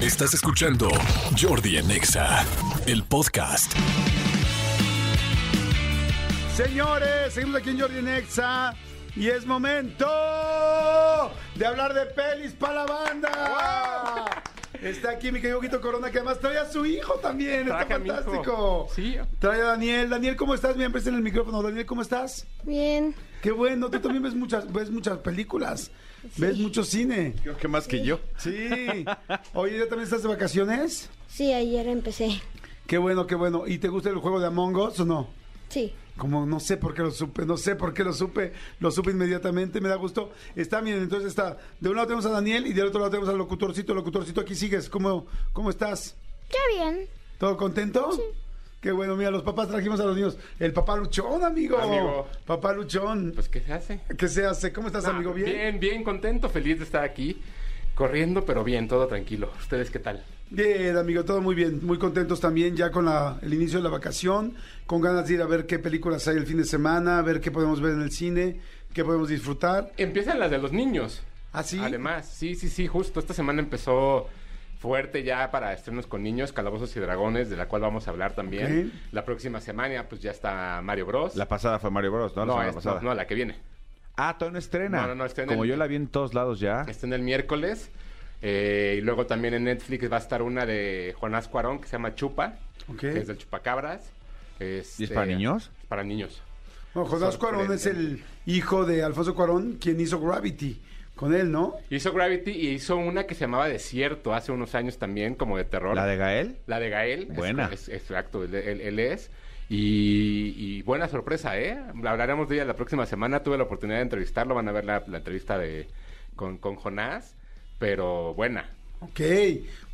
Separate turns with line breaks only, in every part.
Estás escuchando Jordi en Exa, el podcast.
Señores, seguimos aquí en Jordi Nexa y es momento de hablar de pelis para la banda. Está aquí mi querido Guito Corona, que además trae a su hijo también.
Traje
Está
a mi hijo.
fantástico.
Sí.
Trae a Daniel. Daniel, ¿cómo estás? Bien, presta en el micrófono. Daniel, ¿cómo estás?
Bien,
Qué bueno, tú también ves muchas, ves muchas películas, ves mucho cine.
Creo que más que yo.
Sí. Oye, ¿ya también estás de vacaciones?
sí, ayer empecé.
Qué bueno, qué bueno. ¿Y te gusta el juego de Among Us o no?
Sí,
Como no sé por qué lo supe, no sé por qué lo supe, lo supe inmediatamente, me da gusto. Está bien, entonces está. De un lado tenemos a Daniel y del otro lado tenemos al locutorcito. Locutorcito, aquí sigues. ¿Cómo, cómo estás?
qué bien.
¿Todo contento? Sí. Qué bueno, mira, los papás trajimos a los niños. El papá luchón, amigo.
Amigo.
Papá luchón.
Pues, ¿qué se hace?
¿Qué se hace? ¿Cómo estás,
Ah,
amigo? ¿Bien?
Bien, bien contento, feliz de estar aquí. Corriendo, pero bien, todo tranquilo. ¿Ustedes qué tal?
Bien, amigo, todo muy bien. Muy contentos también ya con la- el inicio de la vacación, con ganas de ir a ver qué películas hay el fin de semana, a ver qué podemos ver en el cine, qué podemos disfrutar.
Empiezan las de los niños.
¿Ah, sí?
Además, sí, sí, sí, justo. Esta semana empezó fuerte ya para estrenos con niños, Calabozos y Dragones, de la cual vamos a hablar también.
Ok.
La próxima semana, pues ya está Mario Bros.
La pasada fue Mario Bros, ¿no? La
no,
semana
es-
pasada.
no, la que viene.
Ah, todavía no estrena.
No, no, no, estrena
Como
el-
yo la vi en todos lados ya.
Está en el miércoles. eh, y luego también en Netflix va a estar una de Jonás Cuarón que se llama Chupa,
Ok.
que es del Chupacabras. Este,
¿Y es para niños?
Para niños.
Bueno, Jonás Cuarón es el
Sorprendente.
hijo de Alfonso Cuarón, quien hizo Gravity con él, ¿no?
Hizo Gravity y hizo una que se llamaba Desierto hace unos años también, como de terror.
¿La de Gael?
La de Gael. es-
Buena.
es- exacto, él, él- él es. Y, y buena sorpresa, ¿eh? Hablaremos de ella la próxima semana. Tuve la oportunidad de entrevistarlo. Van a ver la, la entrevista de con, con Jonás. Pero buena.
Ok,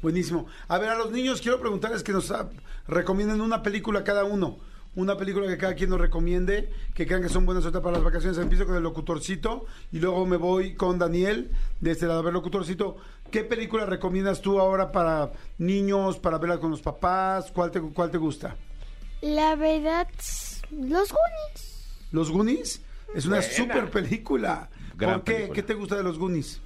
buenísimo. A ver, a los niños quiero preguntarles que nos ah, recomienden una película cada uno. Una película que cada quien nos recomiende, que crean que son buenas otras para las vacaciones. Empiezo con el locutorcito y luego me voy con Daniel de este lado. A ver, locutorcito, ¿qué película recomiendas tú ahora para niños, para verla con los papás? ¿Cuál te, cuál te gusta?
La verdad, los Goonies.
¿Los Goonies? Es una
Buena.
super película.
Gran
¿Por qué?
película.
¿Qué te gusta de los Goonies?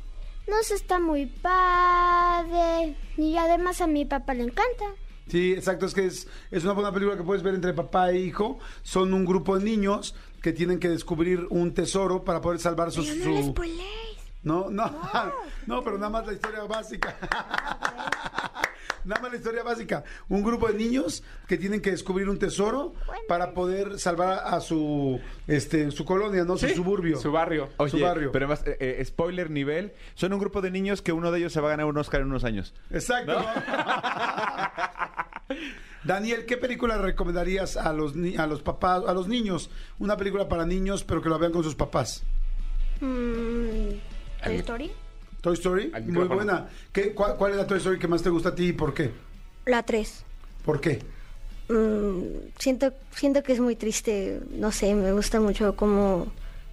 Nos está muy padre. Y además a mi papá le encanta.
Sí, exacto, es que es, es una buena película que puedes ver entre papá e hijo. Son un grupo de niños que tienen que descubrir un tesoro para poder salvar su...
Pero no
su-
le spoileéis.
no, no, no, pero nada más la historia básica. Nada más la historia básica. Un grupo de niños que tienen que descubrir un tesoro
Bueno.
para poder salvar a su este su colonia, no su suburbio.
Su barrio.
Oye, su barrio.
Pero además, eh, eh, spoiler nivel, son un grupo de niños que uno de ellos se va a ganar un Oscar en unos años.
Exacto. Daniel, ¿qué película recomendarías a los ni- a los papás, a los niños? Una película para niños, pero que la vean con sus papás.
Mm,
Al-
eh,
¿Toy Story?
Toy Story,
Al
muy
micrófono.
buena. ¿Qué, cuál, cuál es la Toy Story que más te gusta a ti y por qué?
La 3.
¿Por qué?
siento, siento que es muy triste. No sé, me gusta mucho cómo,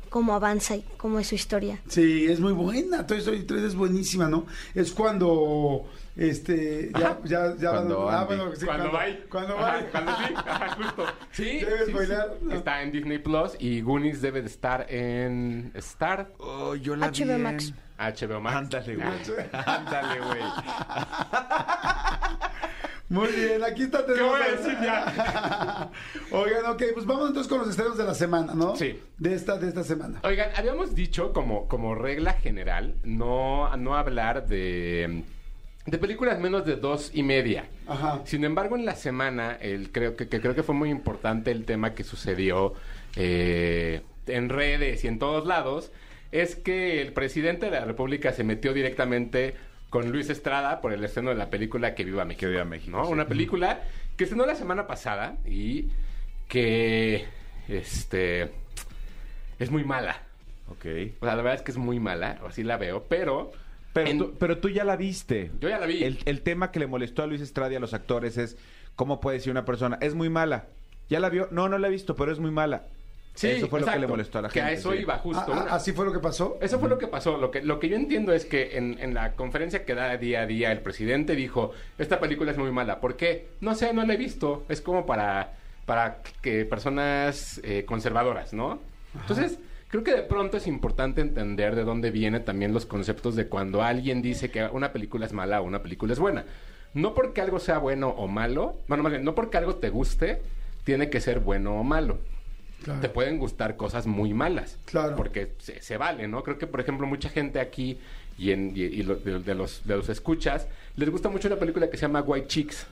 cómo avanza y cómo es su historia.
Sí, es muy buena. Toy Story 3 es buenísima, ¿no? Es cuando este ya ya ya
Cuando
ah,
Andy.
bueno, sí,
cuando va.
cuando va.
Ajá, Cuando sí. Ajá, justo. Sí.
Debes
sí, sí.
bailar, ¿no?
Está en Disney Plus y Goonies debe de estar en Star,
Oh, yo la
HBO Max.
HBO Max.
Ándale, güey.
Ah.
Ándale, güey.
Muy bien, aquí está
¿Qué
tenemos
voy a
la-
decir ya?
Oigan, ok, pues vamos entonces con los estrenos de la semana, ¿no?
Sí.
De esta de esta semana.
Oigan, habíamos dicho como, como regla general no, no hablar de, de películas menos de dos y media.
Ajá.
Sin embargo, en la semana, el, creo que, que creo que fue muy importante el tema que sucedió eh, en redes y en todos lados, es que el presidente de la República se metió directamente con Luis Estrada por el estreno de la película Que Viva México.
Que Viva México,
¿no?
sí.
Una película que estrenó la semana pasada y que este es muy mala.
Ok.
O sea, la verdad es que es muy mala, así la veo, pero...
Pero,
en-
tú, pero tú ya la viste.
Yo ya la vi.
El, el tema que le molestó a Luis Estrada y a los actores es cómo puede decir una persona, es muy mala. ¿Ya la vio? No, no la he visto, pero es muy mala. eso fue lo que
exacto,
le molestó a la
Que
gente.
a eso
sí.
iba, justo.
Ah, ah,
una-
¿Así fue lo que pasó?
Eso fue lo que pasó. Lo que, lo que yo entiendo es que en, en la conferencia que da día a día el presidente dijo, esta película es muy mala. ¿Por qué? No sé, no la he visto. Es como para, para que personas eh, conservadoras, ¿no? Entonces, Creo que de pronto es importante entender de dónde vienen también los conceptos de cuando alguien dice que una película es mala o una película es buena. No porque algo sea bueno o malo, bueno, más bien, no porque algo te guste, tiene que ser bueno o malo.
Claro.
Te pueden gustar cosas muy malas.
Claro.
Porque se, se vale, ¿no? Creo que, por ejemplo, mucha gente aquí y, en, y- y lo- de, de los, de los escuchas, les gusta mucho una película que se llama White Chicks.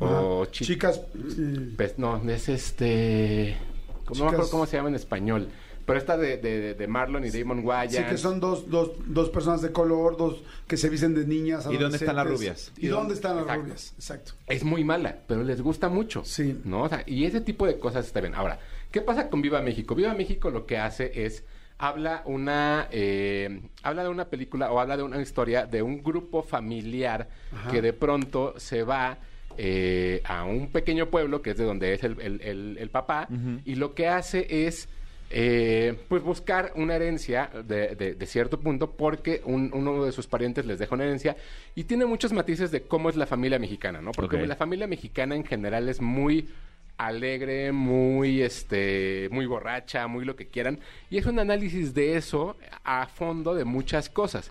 O
Ajá.
chi-
Chicas. mm,
pues, no, es este. No me
Chicas.
acuerdo cómo se llama en español. Pero esta de, de- de Marlon y Damon Wayans.
Sí, que son dos, dos, dos personas de color, dos que se visten de niñas.
¿Y dónde están las
adolescentes.
rubias?
¿Y dónde están las
Exacto.
rubias? Exacto.
es muy mala, pero les gusta mucho.
Sí.
¿No? O sea, y ese tipo de cosas está bien. Ahora, ¿qué pasa con Viva México? Viva México lo que hace es habla una eh, habla de una película o habla de una historia de un grupo familiar que de pronto se va eh, a un pequeño pueblo que es de donde es el, el- el- el papá y lo que hace es eh, pues buscar una herencia de, de- de cierto punto porque un- uno de sus parientes les deja una herencia y tiene muchos matices de cómo es la familia mexicana, ¿no? Porque
Ok.
la familia mexicana en general es muy alegre, muy este, muy borracha, muy lo que quieran y es un análisis de eso a fondo de muchas cosas.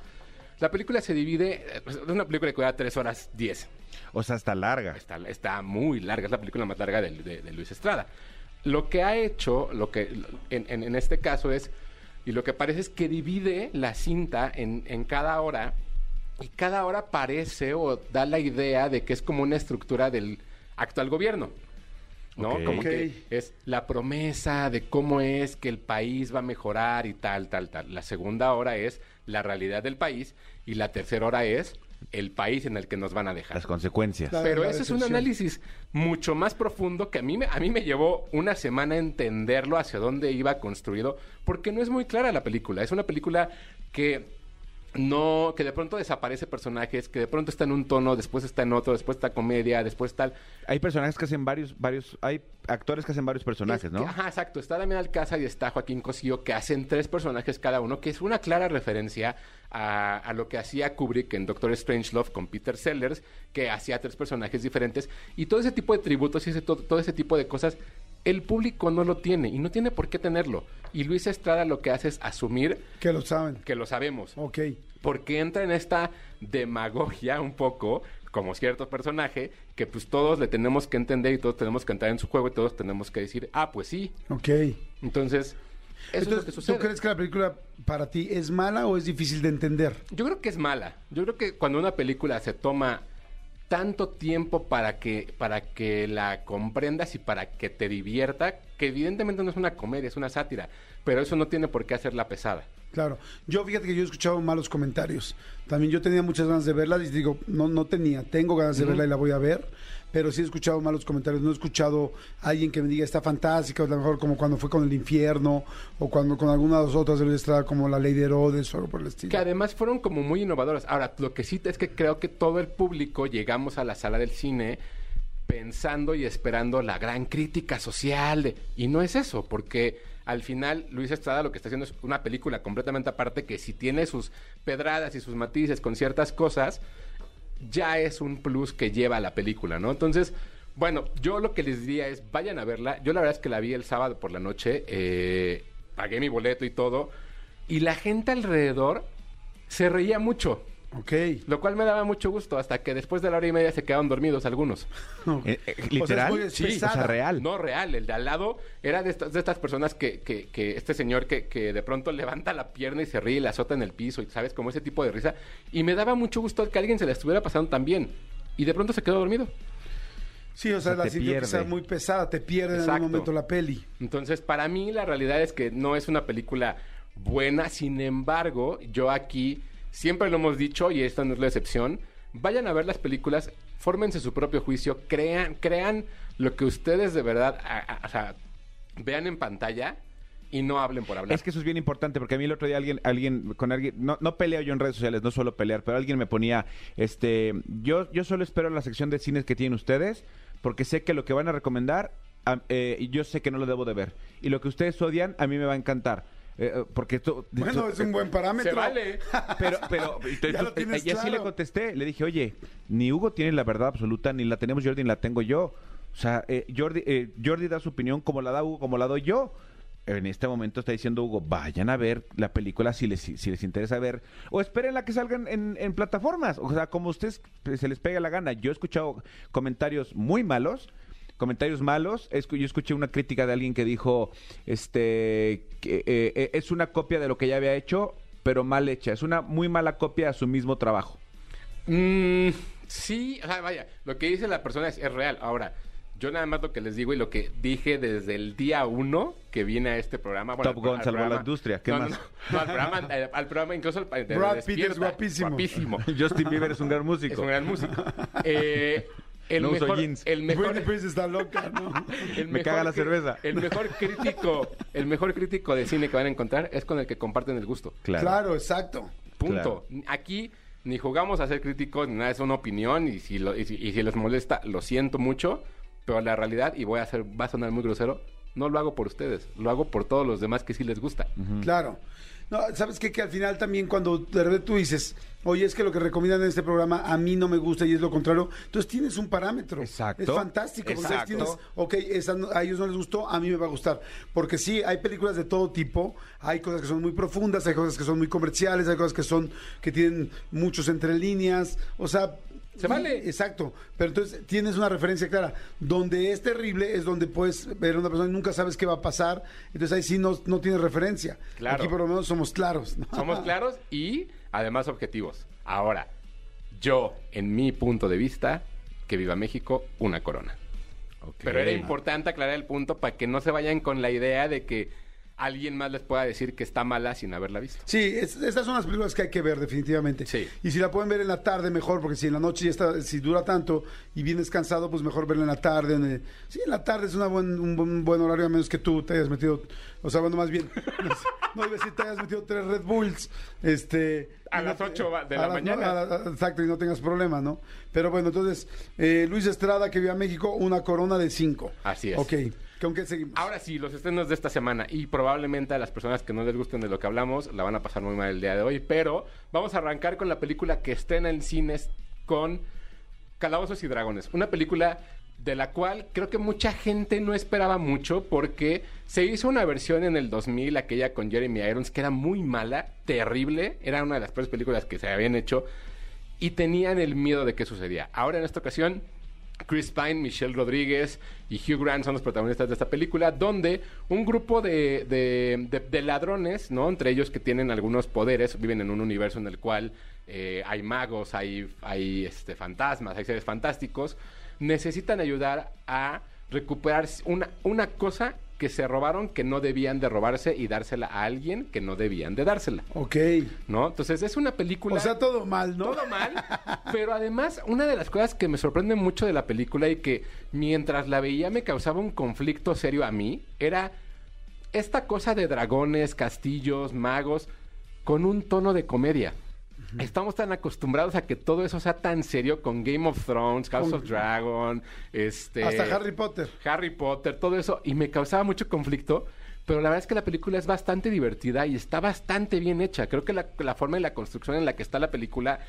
La película se divide, eh, pues, es una película que dura 3 horas 10,
O sea, está larga.
Está, está muy larga, es la película más larga de, de- de Luis Estrada. Lo que ha hecho, lo que en, en- en este caso es, y lo que parece es que divide la cinta en, en cada hora, y cada hora parece o da la idea de que es como una estructura del actual gobierno. ¿No?
Ok.
Como
Ok.
que es la promesa de cómo es que el país va a mejorar y tal, tal, tal. La segunda hora es la realidad del país y la tercera hora es el país en el que nos van a dejar.
Las consecuencias.
Claro.
Pero
la
ese es un
decepción.
análisis mucho más profundo que a mí, me, a mí me llevó una semana entenderlo hacia dónde iba construido, porque no es muy clara la película. Es una película que no, que de pronto desaparece personajes, que de pronto está en un tono, después está en otro, después está comedia, después tal.
Hay personajes que hacen varios, varios, hay actores que hacen varios personajes,
Es que-
¿no?
ajá, exacto. Está Damián Alcázar y está Joaquín Cosío, que hacen tres personajes cada uno, que es una clara referencia a, a lo que hacía Kubrick en Doctor Strangelove con Peter Sellers, que hacía tres personajes diferentes. Y todo ese tipo de tributos y ese to- todo ese tipo de cosas, el público no lo tiene y no tiene por qué tenerlo. Y Luis Estrada lo que hace es asumir
Que lo saben.
que lo sabemos
Ok.
porque entra en esta demagogia un poco, como cierto personaje, que pues todos le tenemos que entender y todos tenemos que entrar en su juego y todos tenemos que decir, ah, pues sí.
Ok.
Entonces, eso es lo que
Entonces,
sucede.
¿tú crees que la película para ti es mala o es difícil de entender?
Yo creo que es mala. Yo creo que cuando una película se toma tanto tiempo para que, para que la comprendas y para que te divierta, que evidentemente no es una comedia, es una sátira, pero eso no tiene por qué hacerla pesada.
Claro. Yo fíjate que yo he escuchado malos comentarios. También yo tenía muchas ganas de verla y digo, no, no tenía, tengo ganas de verla y la voy a ver, pero sí he escuchado malos comentarios. No he escuchado a alguien que me diga está fantástica, o a lo mejor como cuando fue con el infierno, o cuando con algunas otras de la estrada como la ley de Herodes o algo por el estilo.
Que además fueron como muy innovadoras. Ahora, lo que sí es que creo que todo el público llegamos a la sala del cine pensando y esperando la gran crítica social. de- y no es eso, porque al final Luis Estrada lo que está haciendo es una película completamente aparte que si tiene sus pedradas y sus matices con ciertas cosas, ya es un plus que lleva a la película, ¿no? Entonces, bueno, yo lo que les diría es, vayan a verla. Yo la verdad es que la vi el sábado por la noche, eh, pagué mi boleto y todo, y la gente alrededor se reía mucho,
Ok.
lo cual me daba mucho gusto, hasta que después de la hora y media se quedaron dormidos algunos.
Eh,
O
eh,
sea, es
¿Literal?
muy
sí, o sea,
pesada.
real.
No, real. El de al lado era de estas, de estas personas que, que- que este señor que, que de pronto levanta la pierna y se ríe y la azota en el piso, y sabes, como ese tipo de risa. Y me daba mucho gusto que alguien se la estuviera pasando tan bien. Y de pronto se quedó dormido.
Sí, o sea,
O sea,
la
te
sintió que
pierde.
sea muy pesada, te pierde en
Exacto.
algún momento la peli.
Entonces, para mí la realidad es que no es una película buena. Sin embargo, yo aquí siempre lo hemos dicho y esta no es la excepción. Vayan a ver las películas, fórmense su propio juicio, crean, crean lo que ustedes de verdad a- a- o sea, vean en pantalla y no hablen por hablar.
Es que eso es bien importante porque a mí el otro día alguien, alguien con alguien, no, no peleo yo en redes sociales, no suelo pelear, pero alguien me ponía, este, yo, yo solo espero la sección de cines que tienen ustedes porque sé que lo que van a recomendar, a- eh, yo sé que no lo debo de ver y lo que ustedes odian a mí me va a encantar Eh, eh, porque esto,
Bueno,
esto-
es un buen
se
parámetro.
vale.
pero, pero,
Ya lo tienes
y así
claro.
le contesté, le dije, oye, ni Hugo tiene la verdad absoluta, ni la tenemos Jordi, ni la tengo yo. O sea, eh, Jordi, eh, Jordi da su opinión como la da Hugo, como la doy yo. en este momento está diciendo Hugo, vayan a ver la película si les, si les interesa ver, o esperen la que salgan en, en plataformas, o sea, como a ustedes eh, se les pega la gana. Yo he escuchado comentarios muy malos, comentarios malos. Escu- Yo escuché una crítica de alguien que dijo, este, que, eh, eh, es una copia de lo que ya había hecho, pero mal hecha. Es una muy mala copia a su mismo trabajo.
Mm, sí, o sea, vaya, lo que dice la persona es, es real. Ahora, yo nada más lo que les digo y lo que dije desde el día uno que vine a este programa.
Top
al-
Gun
al
salvó la
programa-
industria, ¿qué
No,
más?
No, no, no, al, programa, eh, al, al programa, incluso al de- de
Brad Pitt es
Despierta,
guapísimo.
guapísimo.
Justin Bieber es un gran músico.
Es un gran músico. Eh, el,
No uso
mejor,
jeans.
el mejor,
Britney Spears está loca, ¿no?
el
Me caga la
cri-
cerveza.
El mejor crítico, el mejor crítico de cine que van a encontrar es con el que comparten el gusto.
Claro.
Claro, exacto.
Punto. Aquí ni jugamos a ser críticos, ni nada, es una opinión y si, lo- y si, y si les molesta, lo siento mucho, pero la realidad, y voy a hacer, va a sonar muy grosero, no lo hago por ustedes, lo hago por todos los demás que sí les gusta.
Claro. No, ¿Sabes qué? Que al final también cuando de repente tú dices, oye, es que lo que recomiendan en este programa a mí no me gusta y es lo contrario, entonces tienes un parámetro.
Exacto.
Es fantástico. porque sabes,
Exacto.
tienes, ok, esa no- a ellos no les gustó, a mí me va a gustar. Porque sí, hay películas de todo tipo, hay cosas que son muy profundas, hay cosas que son muy comerciales, hay cosas que son, que tienen muchos entre líneas, o sea...
Se vale.
Exacto, pero entonces tienes una referencia clara. Donde es terrible es donde puedes ver a una persona y nunca sabes qué va a pasar, entonces ahí sí no, no tienes referencia.
Claro.
Aquí por lo menos somos claros. ¿no?
Somos claros y además objetivos. Ahora, yo, en mi punto de vista, que viva México, una corona. Pero era importante aclarar el punto para que no se vayan con la idea de que alguien más les pueda decir que está mala sin haberla visto.
Sí, es- estas son las películas que hay que ver definitivamente.
Sí.
Y si la pueden ver en la tarde, mejor, porque si en la noche ya está, si dura tanto y vienes cansado, pues mejor verla en la tarde. en el- sí, en la tarde es una buen, un buen, buen horario, a menos que tú te hayas metido, o sea, bueno, más bien, no, sé, no iba a decir te hayas metido tres Red Bulls. Este,
A
y
las
no-
ocho va- de
a
la
las
mañana.
no- a la- a- exacto, y no tengas problema, ¿no? Pero bueno, entonces, eh, Luis Estrada, que vio a México, una corona de cinco.
Así es. Ah.
Ok, ¿con qué seguimos?
Ahora sí, los estrenos de esta semana y probablemente a las personas que no les gusten de lo que hablamos la van a pasar muy mal el día de hoy, pero vamos a arrancar con la película que estrena en cines con Calabozos y Dragones, una película de la cual creo que mucha gente no esperaba mucho porque se hizo una versión en el 2000, aquella con Jeremy Irons, que era muy mala, terrible, era una de las peores películas que se habían hecho y tenían el miedo de que sucedía. Ahora en esta ocasión, Chris Pine, Michelle Rodríguez y Hugh Grant son los protagonistas de esta película, donde un grupo de, de- de- de ladrones, ¿no? Entre ellos que tienen algunos poderes, viven en un universo en el cual eh, hay magos, hay, hay este, fantasmas, hay seres fantásticos, necesitan ayudar a recuperar una, una cosa que se robaron que no debían de robarse y dársela a alguien que no debían de dársela,
Ok.
¿no? Entonces es una película...
O sea, todo mal, ¿no?
Todo mal, pero además una de las cosas que me sorprende mucho de la película y que mientras la veía me causaba un conflicto serio a mí era esta cosa de dragones, castillos, magos, con un tono de comedia. Estamos tan acostumbrados a que todo eso sea tan serio con Game of Thrones, House of Dragon, este...
Hasta Harry Potter.
Harry Potter, todo eso, y me causaba mucho conflicto. Pero la verdad es que la película es bastante divertida y está bastante bien hecha. Creo que la, la forma y la construcción en la que está la película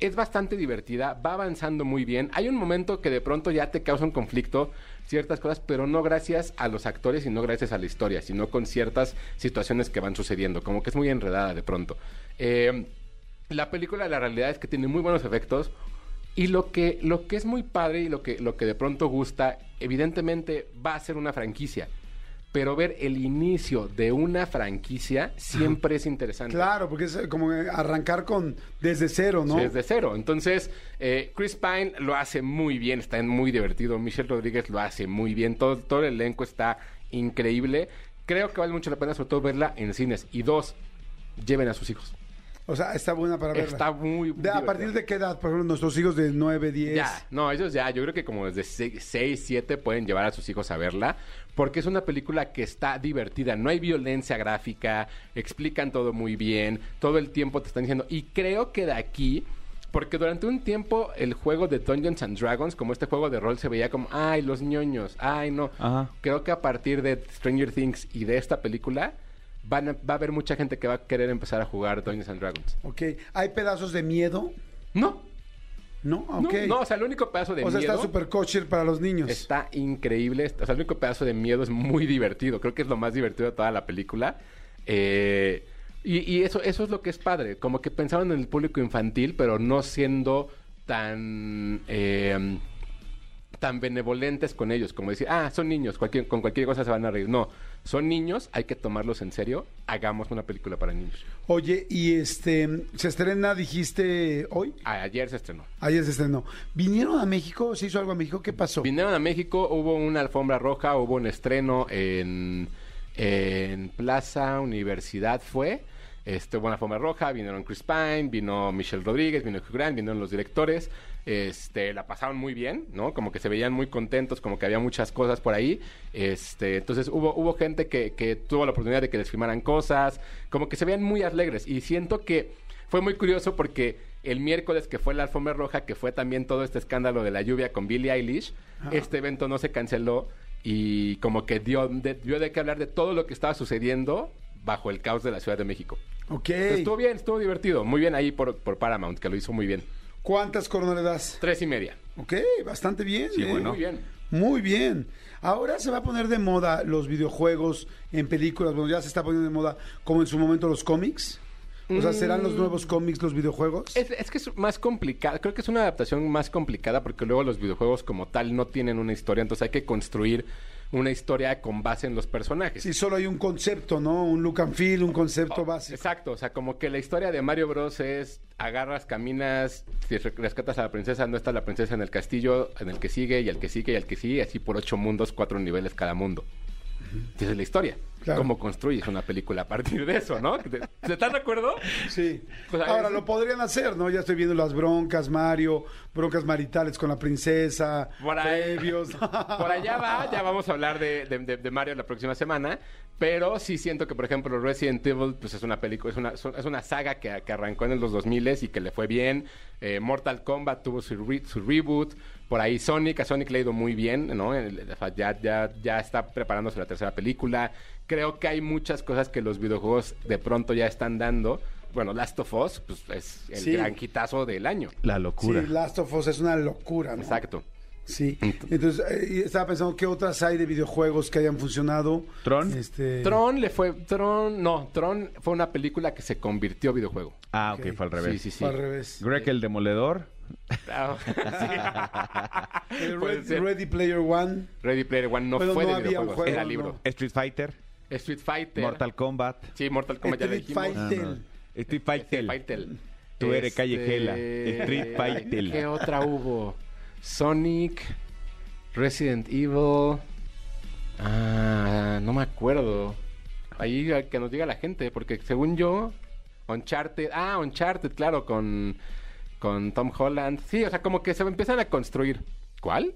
es bastante divertida, va avanzando muy bien. Hay un momento que de pronto ya te causa un conflicto, ciertas cosas, pero no gracias a los actores y no gracias a la historia, sino con ciertas situaciones que van sucediendo. Como que es muy enredada de pronto. Eh, la película, la realidad es que tiene muy buenos efectos. Y lo que, lo que es muy padre y lo que, lo que de pronto gusta, evidentemente va a ser una franquicia. Pero ver el inicio de una franquicia siempre es interesante.
Claro, porque es eh, como eh, arrancar con desde cero, ¿no?
Desde cero. Entonces, eh, Chris Pine lo hace muy bien, está muy divertido. Michelle Rodríguez lo hace muy bien. Todo, todo el elenco está increíble. Creo que vale mucho la pena, sobre todo, verla en cines. Y dos, lleven a sus hijos.
O sea, está buena para verla.
Está muy
De- ¿A
divertida.
partir de qué edad? Por ejemplo, nuestros hijos de 9, 10.
Ya, no, ellos ya, yo creo que como desde 6, 7 pueden llevar a sus hijos a verla, porque es una película que está divertida, no hay violencia gráfica, explican todo muy bien, todo el tiempo te están diciendo, y creo que de aquí, porque durante un tiempo el juego de Dungeons and Dragons, como este juego de rol, se veía como, ay, los ñoños, ay, no.
Ajá.
Creo que a partir de Stranger Things y de esta película, van a- va a haber mucha gente que va a querer empezar a jugar Dungeons and Dragons.
Ok. ¿Hay pedazos de miedo?
No.
No, ok.
No, no, o sea, el único pedazo de
o sea,
miedo
está súper kosher para los niños.
está increíble. O sea, el único pedazo de miedo es muy divertido. Creo que es lo más divertido de toda la película. Eh, y y eso, eso es lo que es padre. Como que pensaron en el público infantil, pero no siendo tan... eh, tan benevolentes con ellos, como decir, ah, son niños, cualquier- con cualquier cosa se van a reír. No, son niños, hay que tomarlos en serio, hagamos una película para niños.
Oye, y este, se estrena, dijiste, hoy.
A- Ayer se estrenó.
Ayer se estrenó. ¿Vinieron a México? ¿Se hizo algo a México? ¿Qué pasó?
Vinieron a México, hubo una alfombra roja, hubo un estreno en, en Plaza Universidad, fue. Este, hubo una alfombra roja, vinieron Chris Pine, vino Michelle Rodríguez, vino Hugh Grant, vinieron los directores. Este, la pasaron muy bien, ¿no? Como que se veían muy contentos, como que había muchas cosas por ahí. Este, entonces hubo, hubo gente que, que tuvo la oportunidad de que les filmaran cosas, como que se veían muy alegres. Y siento que fue muy curioso porque el miércoles que fue la alfombra roja, que fue también todo este escándalo de la lluvia con Billie Eilish, este evento no se canceló y como que dio de, dio de qué hablar de todo lo que estaba sucediendo bajo el caos de la Ciudad de México.
Ok.
Entonces, Estuvo bien, estuvo divertido. Muy bien ahí por, por Paramount, que lo hizo muy bien.
¿Cuántas coronas le das?
Tres y media.
Ok, bastante bien.
Sí,
¿eh?
bueno.
Muy bien.
Muy bien. Ahora se va a poner de moda los videojuegos en películas. Bueno, ya se está poniendo de moda como en su momento los cómics. O sea, ¿serán los nuevos cómics los videojuegos?
Mm. Es, es que es más complicada, creo que es una adaptación más complicada porque luego los videojuegos como tal no tienen una historia, entonces hay que construir una historia con base en los personajes.
Sí, solo hay un concepto, ¿no? Un look and feel, un
Oh,
concepto básico.
Exacto, o sea, como que la historia de Mario Bros es agarras, caminas, si re- rescatas a la princesa, no está la princesa en el castillo, en el que sigue y al que sigue y al que sigue, y así por ocho mundos, cuatro niveles cada mundo. Esa es la historia.
Claro.
¿Cómo construyes una película a partir de eso, no? ¿Te- te- ¿Estás de acuerdo?
Sí.
Pues, a ver,
Ahora
sí.
lo podrían hacer, ¿no? Ya estoy viendo las broncas, Mario, broncas maritales con la princesa,
Por ahí-
previos.
Por allá va, ya vamos a hablar de, de- de- de Mario la próxima semana, pero sí siento que, por ejemplo, Resident Evil pues es una película, es una, es una saga que, que arrancó en los 2000 y que le fue bien. Eh, Mortal Kombat tuvo su, re- su reboot. Por ahí Sonic, a Sonic le ha ido muy bien, ¿no? El- o sea, ya, ya, ya está preparándose la tercera película. Creo que hay muchas cosas que los videojuegos de pronto ya están dando. Bueno, Last of Us pues, es el
Sí.
gran quitazo del año.
La
Sí,
locura.
Last of Us es una locura, ¿no?
Exacto.
Sí. Entonces, eh, estaba pensando qué otras hay de videojuegos que hayan funcionado.
¿Tron?
Este...
Tron le fue. Tron, no, Tron fue una película que se convirtió videojuego.
Ah, ok, fue al revés.
Sí, sí, sí.
Al revés.
Greg el Demoledor.
Ah, sí.
El
Puede
Red-
ser.
Eh, Ready Player One.
Ready Player One no
Pero
fue
no
de
había un
videojuegos,
juego,
era
no.
libro.
Street Fighter.
Street Fighter.
Mortal Kombat.
Sí, Mortal Kombat ya le
Street
dijimos.
Fighter.
Street
Street
Fighter.
Fighter.
Tú eres callejela. Street Fighter.
Este, ¿Qué otra hubo? Sonic, Resident Evil. Ah, no me acuerdo. Ahí a- que nos diga la gente, porque según yo, Uncharted. Ah, Uncharted, claro, con, con Tom Holland. Sí, o sea, como que se empiezan a construir. ¿Cuál?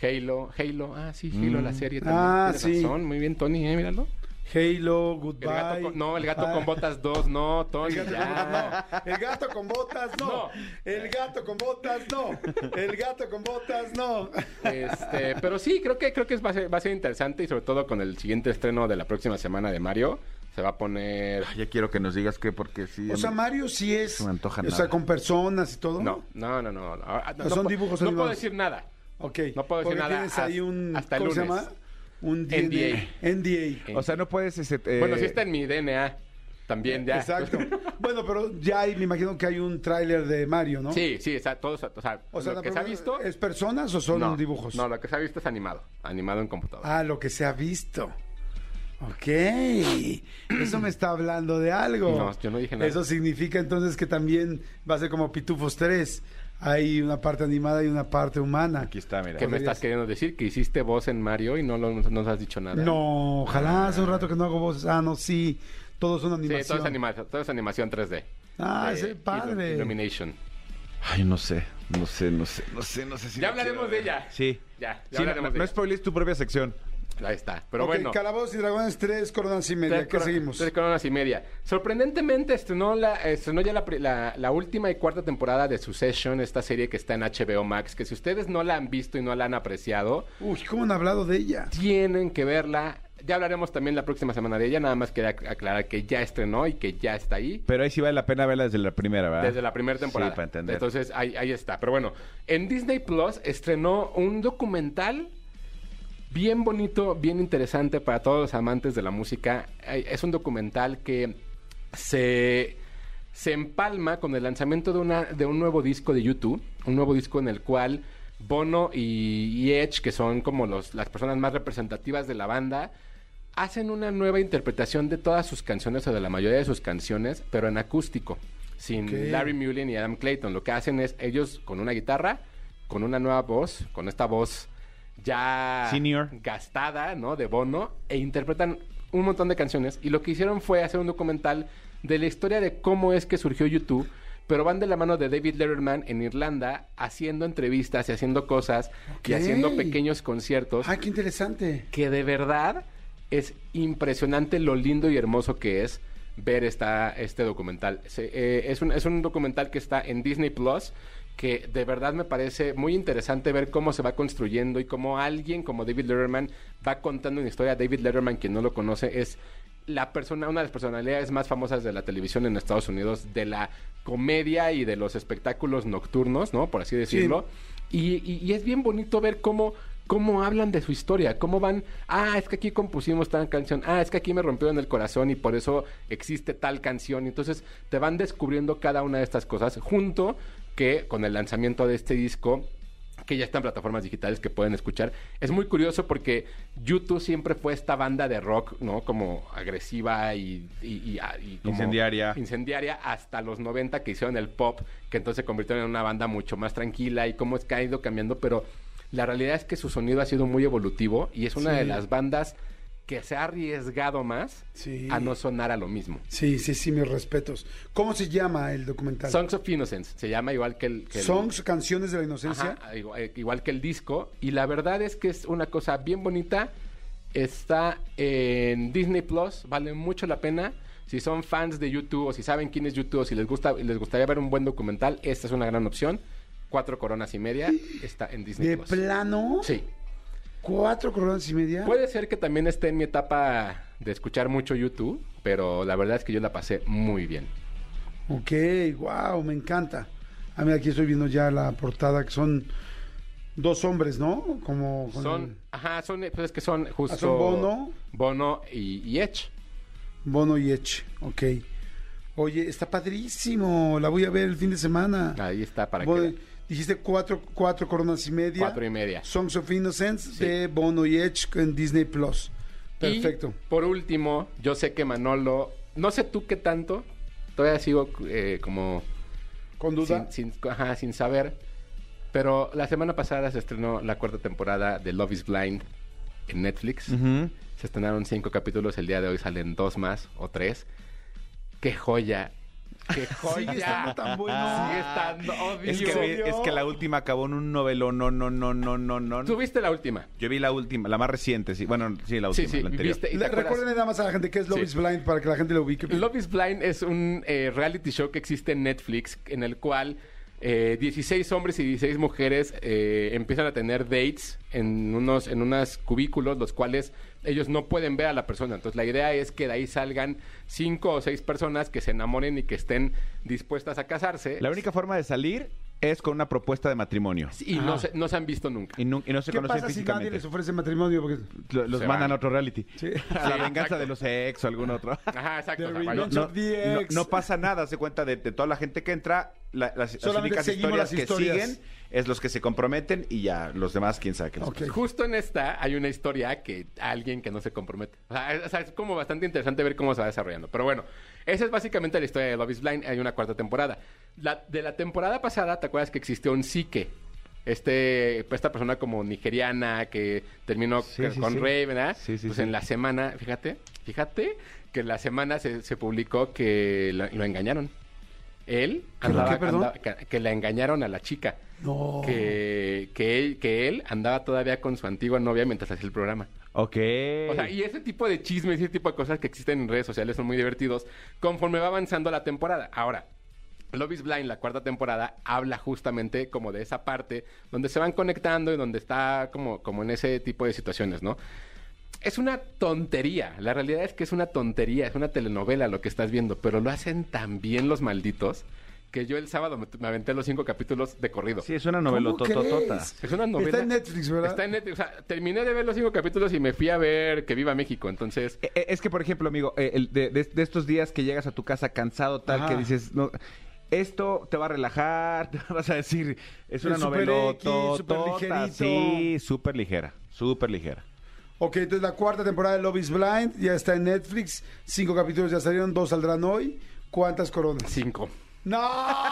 Halo, Halo, ah, sí, Halo,
Mm.
la serie también.
Ah,
Tienes
sí.
razón, Muy bien, Tony, eh, míralo.
Halo,
El
Goodbye.
gato con- no, el gato
Ah,
con botas 2, no, Tony,
El gato, con
ya.
botas, no. el gato con botas, no.
No.
El gato con botas, no. El gato con botas, no.
Este, pero sí, creo que creo que es- va, a ser, va a ser interesante y sobre todo con el siguiente estreno de la próxima semana de Mario se va a poner
Ay, Ah, Ya quiero que nos digas qué, porque sí.
O sea,
me-
Mario sí es.
No me antoja
o sea,
nada.
con personas y todo.
no, no, no, no. no, ah, no,
No son
pu-
dibujos
No puedo
animados.
decir nada.
Ok.
No puedo decir
Porque
nada
Tienes ahí
hasta-
un.
hasta el
¿Cómo se
lunes.
llama? Un
NDA.
DNA. NDA.
O sea, no puedes. ese- eh,
bueno, sí está en mi DNA también ya.
Exacto. bueno, pero ya hay, me imagino que hay un tráiler de Mario, ¿no?
Sí, sí, está todo, o sea,
O sea,
lo
la
que se
pregunta,
ha visto
¿Es personas o son
no,
dibujos?
No, lo que se ha visto es animado, animado en computadora.
Ah, lo que se ha visto. Ok. Eso me está hablando de algo.
No, yo no dije nada.
Eso significa entonces que también va a ser como Pitufos 3. Hay una parte animada y una parte humana.
Aquí está, mira.
¿Qué me estás queriendo decir? Que hiciste voz en Mario y no lo- no nos has dicho nada.
No, ojalá hace un rato que no hago voces. Ah, no, sí. Todos son
Sí,
animación.
todo es animación, todo es animación 3D.
Ah,
De
ese padre.
Illu- Illumination.
Ay, no sé. No sé, no sé, no sé, no sé si.
Ya
lo
hablaremos
quiero
de
ver.
ella.
Sí.
Ya, ya
Sí, no,
hablaremos
no,
de
no
ella.
spoilees tu propia sección.
Ahí está. Pero
Ok,
bueno.
Calabozos y Dragones 3, coronas y media.
Tres
¿Qué
coro-
seguimos?
Tres coronas y media. Sorprendentemente estrenó, la, estrenó ya la, pri- la- la última y cuarta temporada de Succession, esta serie que está en HBO Max, que si ustedes no la han visto y no la han apreciado,
Uy, ¿cómo han hablado de ella?
tienen que verla. Ya hablaremos también la próxima semana de ella. Nada más quería aclarar que ya estrenó y que ya está ahí.
Pero ahí sí vale la pena verla desde la primera, ¿verdad?
Desde la primera temporada.
Sí, para entender.
Entonces ahí, ahí está. Pero bueno, en Disney Plus estrenó un documental bien bonito, bien interesante para todos los amantes de la música. Eh, Es un documental que se, se empalma con el lanzamiento de, una, de un nuevo disco de YouTube. Un nuevo disco en el cual Bono y, y Edge, que son como los, las personas más representativas de la banda, hacen una nueva interpretación de todas sus canciones o de la mayoría de sus canciones, pero en acústico, sin
Ok.
Larry Mullen y Adam Clayton. Lo que hacen es ellos con una guitarra, con una nueva voz, con esta voz ya
Senior.
gastada, ¿no? De Bono, e interpretan un montón de canciones. Y lo que hicieron fue hacer un documental de la historia de cómo es que surgió YouTube. Pero van de la mano de David Letterman en Irlanda, haciendo entrevistas y haciendo cosas y
Ok.
haciendo pequeños conciertos
Ah, qué interesante.
que de verdad es impresionante lo lindo y hermoso que es ver esta, este documental. Se- eh, es, un, es un documental que está en Disney Plus que de verdad me parece muy interesante ver cómo se va construyendo y cómo alguien como David Letterman va contando una historia. David Letterman, quien no lo conoce, es la persona, una de las personalidades más famosas de la televisión en Estados Unidos, de la comedia y de los espectáculos nocturnos, ¿no? Por así decirlo. Y, y- y es bien bonito ver cómo, cómo hablan de su historia, cómo van, ah, es que aquí compusimos tal canción, ah, es que aquí me rompieron el corazón y por eso existe tal canción. Entonces te van descubriendo cada una de estas cosas junto que con el lanzamiento de este disco que ya están plataformas digitales que pueden escuchar. Es muy curioso porque YouTube siempre fue esta banda de rock, ¿no? Como agresiva y... y- y- ah, y como-
Incendiaria.
incendiaria hasta los 90 que hicieron el pop, que entonces se convirtieron en una banda mucho más tranquila y cómo es que ha ido cambiando, pero la realidad es que su sonido ha sido muy evolutivo y es una de
Sí.
las bandas que se ha arriesgado más
Sí.
a no sonar a lo mismo.
Sí, sí, sí, mis respetos. ¿Cómo se llama el documental?
Songs of Innocence, se llama igual que el... que el-
Songs, canciones de la
Ajá,
inocencia.
igual, eh, igual que el disco. Y la verdad es que es una cosa bien bonita. Está en Disney Plus, vale mucho la pena. Si son fans de YouTube o si saben quién es YouTube o si les, gusta, les gustaría ver un buen documental, esta es una gran opción. Cuatro coronas y media está en Disney
de
Plus.
plano.
Sí.
Cuatro coronas y media.
Puede ser que también esté en mi etapa de escuchar mucho YouTube, pero la verdad es que yo la pasé muy bien.
Ok, wow, me encanta. A mí aquí estoy viendo ya la portada que son dos hombres, ¿no? Como con
Son, ajá, son, eh, pues es que son justo
Ah, Bono.
Bono y, y Edge.
Bono y Edge. Ok. Oye, está padrísimo. La voy a ver el fin de semana.
Ahí está para
Ah. Voy-
que
Dijiste cuatro, cuatro coronas y media.
cuatro y media.
Songs of Innocence
Sí.
de Bono y Edge en Disney Plus.
Y,
Perfecto.
por último, yo sé que Manolo, no sé tú qué tanto, todavía sigo eh, como
Con duda.
sin, sin- ajá, sin saber, pero la semana pasada se estrenó la cuarta temporada de Love is Blind en Netflix.
Ujú.
Se estrenaron cinco capítulos, el día de hoy salen dos más o tres. ¡Qué joya! ¡Qué joya!
Sigue estando tan bueno.
Sigue estando, oh,
Es que,
Dios.
vi- es que la última acabó en un novelón, no, no, no, no, no, no.
¿Tú viste la última?
Yo vi la última, la más reciente, sí. Bueno, sí, la
Sí,
última,
sí,
la anterior.
viste. ¿Y te
Le-
acuerdas?
Recuerden nada más a la gente que es Love
Sí.
is Blind para que la gente lo ubique.
Love is Blind es un eh, reality show que existe en Netflix en el cual eh, 16 hombres y 16 mujeres eh, empiezan a tener dates en unos en unas cubículos los cuales ellos no pueden ver a la persona. Entonces la idea es que de ahí salgan cinco o seis personas que se enamoren y que estén dispuestas a casarse
La única forma de salir es con una propuesta de matrimonio.
y no se, no se han visto nunca.
Ah. Y, nu- y no se
¿Qué
conocen
pasa si nadie
físicamente.
les ofrece matrimonio? Porque
Lo- Los
Se
mandan
van.
a otro reality. A la
Sí,
venganza
exacto.
de los ex o algún otro.
Ajá,
The
exacto. O sea, vaya-
Revenge
no,
of the
no-
ex.
no pasa nada, se cuenta de, de toda la gente que entra, la- las, las
Solamente
únicas
seguimos
historias,
las historias.
que siguen es los que se comprometen y ya los demás quién sabe qué les
Ok.
pasa.
Justo en esta hay una historia que alguien que no se compromete. O sea, es, o sea, es como bastante interesante ver cómo se va desarrollando. Pero bueno, esa es básicamente la historia de Love is Blind. Hay una cuarta temporada. La, de la temporada pasada, ¿te acuerdas que existió un psique? Este, esta persona como nigeriana que terminó
Sí,
con-
sí,
con
sí.
Rey, ¿verdad?
Sí, sí,
pues
sí.
en la semana, fíjate, fíjate que en la semana se, se publicó que lo, lo engañaron. Él andaba-
qué, perdón?
andaba- que- que le engañaron a la chica
No.
que, que, él, que él andaba todavía con su antigua novia mientras hacía el programa.
Ok.
O sea, y ese tipo de chismes y ese tipo de cosas que existen en redes sociales son muy divertidos conforme va avanzando la temporada. Ahora, Love is Blind, la cuarta temporada, habla justamente como de esa parte donde se van conectando y donde está como, como en ese tipo de situaciones, ¿no? es una tontería. La realidad es que es una tontería, es una telenovela lo que estás viendo, pero lo hacen tan bien los malditos que yo el sábado me, me aventé los cinco capítulos de corrido.
Sí, es una novela
¿Cómo
tototota.
crees?
Es una novela.
Está en Netflix, ¿verdad?
Está en Netflix. O sea, terminé de ver los cinco capítulos y me fui a ver Que Viva México. Entonces,
Eh, eh, Es que, por ejemplo, amigo, eh, el de, de- de estos días que llegas a tu casa cansado, tal,
Ajá.
que dices, no, esto te va a relajar, te vas a decir, es una
Es súper
novela
X, súper ligerito.
Sí, súper ligera, súper ligera.
Ok, entonces la cuarta temporada de Love is Blind ya está en Netflix. Cinco capítulos ya salieron, dos saldrán hoy. ¿Cuántas coronas?
cinco.
No,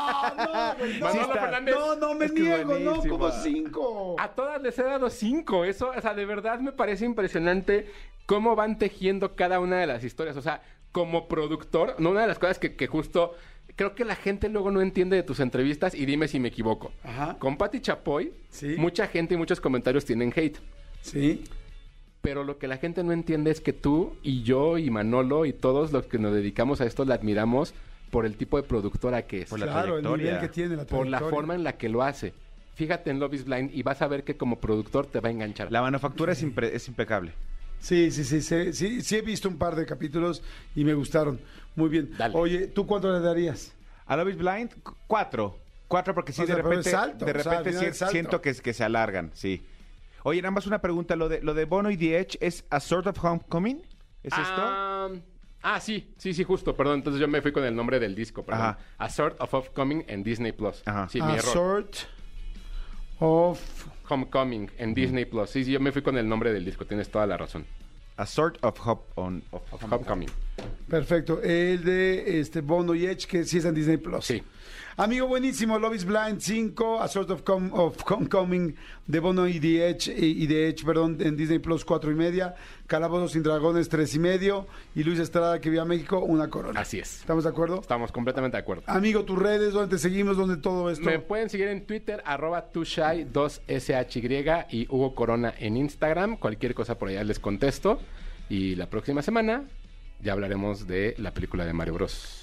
no, güey, no.
Sí
Manolo
está.
Fernández.
No, no me
Es que
niego, no,
buenísima.
como cinco.
A todas les he dado cinco. Eso, o sea, de verdad me parece impresionante cómo van tejiendo cada una de las historias. O sea, como productor, no una de las cosas que, que justo creo que la gente luego no entiende de tus entrevistas y dime si me equivoco.
Ajá.
Con Patti Chapoy,
Sí.
mucha gente y muchos comentarios tienen hate.
Sí.
Pero lo que la gente no entiende es que tú y yo y Manolo y todos los que nos dedicamos a esto la admiramos por el tipo de productora que es
Por la
claro, el
trayectoria.
nivel que tiene la
por la
trayectoria.
forma en la que lo hace. Fíjate en Love is Blind y vas a ver que como productor te va a enganchar.
La manufactura es, impre- es impecable.
Sí, sí, sí, sí, sí, sí he visto un par de capítulos y me gustaron. Muy bien.
Dale.
Oye, ¿tú cuánto le darías?
A Love is Blind, cu- cuatro. Cuatro, porque sí,
O
de
sea, pero
repente,
es alto,
de
o sea, al
repente
final
sí-
es alto.
siento que, es- que se alargan, sí. Oye, nada más una pregunta, lo de, lo de Bono y The Edge, ¿es A Sort of Homecoming? ¿Es esto?
Ah, ah, sí, sí, sí, justo, perdón. Entonces yo me fui con el nombre del disco, perdón.
Ajá.
A Sort of Homecoming en Disney Plus.
Ajá. Ah,
Sí, mi
A
error.
sort of...
Homecoming en Disney Plus. Sí, sí, yo me fui con el nombre del disco, tienes toda la razón.
A Sort of Hop on... of-
Of Homecoming.
Perfecto. El de este Bono y Edge, que sí está en Disney Plus.
Sí.
Amigo, buenísimo. Love is Blind 5, A Sort of, Com- of Homecoming de Bono y The Edge, y y The Edge, perdón, en Disney Plus 4 y media. Calabozos sin Dragones 3 y medio. Y Luis Estrada, que vive a México, una corona.
Así es.
¿Estamos de acuerdo?
Estamos completamente de acuerdo.
Amigo, tus redes, donde te seguimos, donde todo esto.
Me pueden seguir en Twitter, arroba tushai 2SHY y Hugo Corona en Instagram. Cualquier cosa por allá les contesto. Y la próxima semana ya hablaremos de la película de Mario Bros.